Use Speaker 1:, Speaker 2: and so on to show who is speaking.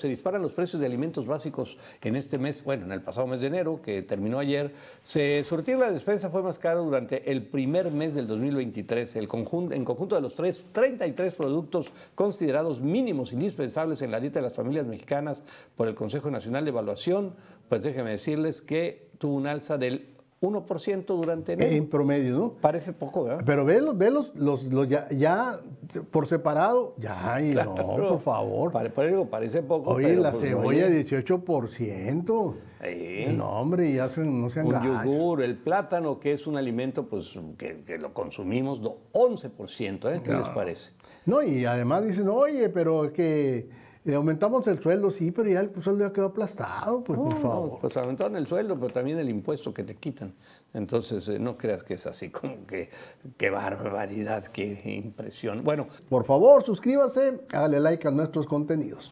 Speaker 1: Se disparan los precios de alimentos básicos en este mes, bueno, en el pasado mes de enero, que terminó ayer. Se, surtir la despensa fue más caro durante el primer mes del 2023. El conjunto, en conjunto de los tres, 33 productos considerados mínimos indispensables en la dieta de las familias mexicanas por el Consejo Nacional de Evaluación, pues déjenme decirles que tuvo un alza del 1% durante enero.
Speaker 2: En promedio, ¿no?
Speaker 1: Parece poco, ¿verdad?
Speaker 2: Pero ve los, ve los, los, los ya, ya por separado. Ya, ay, no, por favor.
Speaker 1: Pare- por eso parece poco.
Speaker 2: Oye,
Speaker 1: pero,
Speaker 2: la
Speaker 1: pues,
Speaker 2: cebolla
Speaker 1: oye,
Speaker 2: 18%.
Speaker 1: Sí.
Speaker 2: Eh, No, hombre, ya se- no se han
Speaker 1: Un yogur, el plátano, que es un alimento pues que, que lo consumimos do- 11%, ¿eh? ¿Qué les parece?
Speaker 2: No, y además dicen, oye, pero es que eh, aumentamos el sueldo, sí, pero ya el sueldo ya quedó aplastado, pues por
Speaker 1: No,
Speaker 2: favor.
Speaker 1: pues aumentaron el sueldo, pero también el impuesto que te quitan. Entonces, eh, no creas que es así como que qué barbaridad, qué impresión. Bueno,
Speaker 2: Por favor, suscríbase, dale like a nuestros contenidos.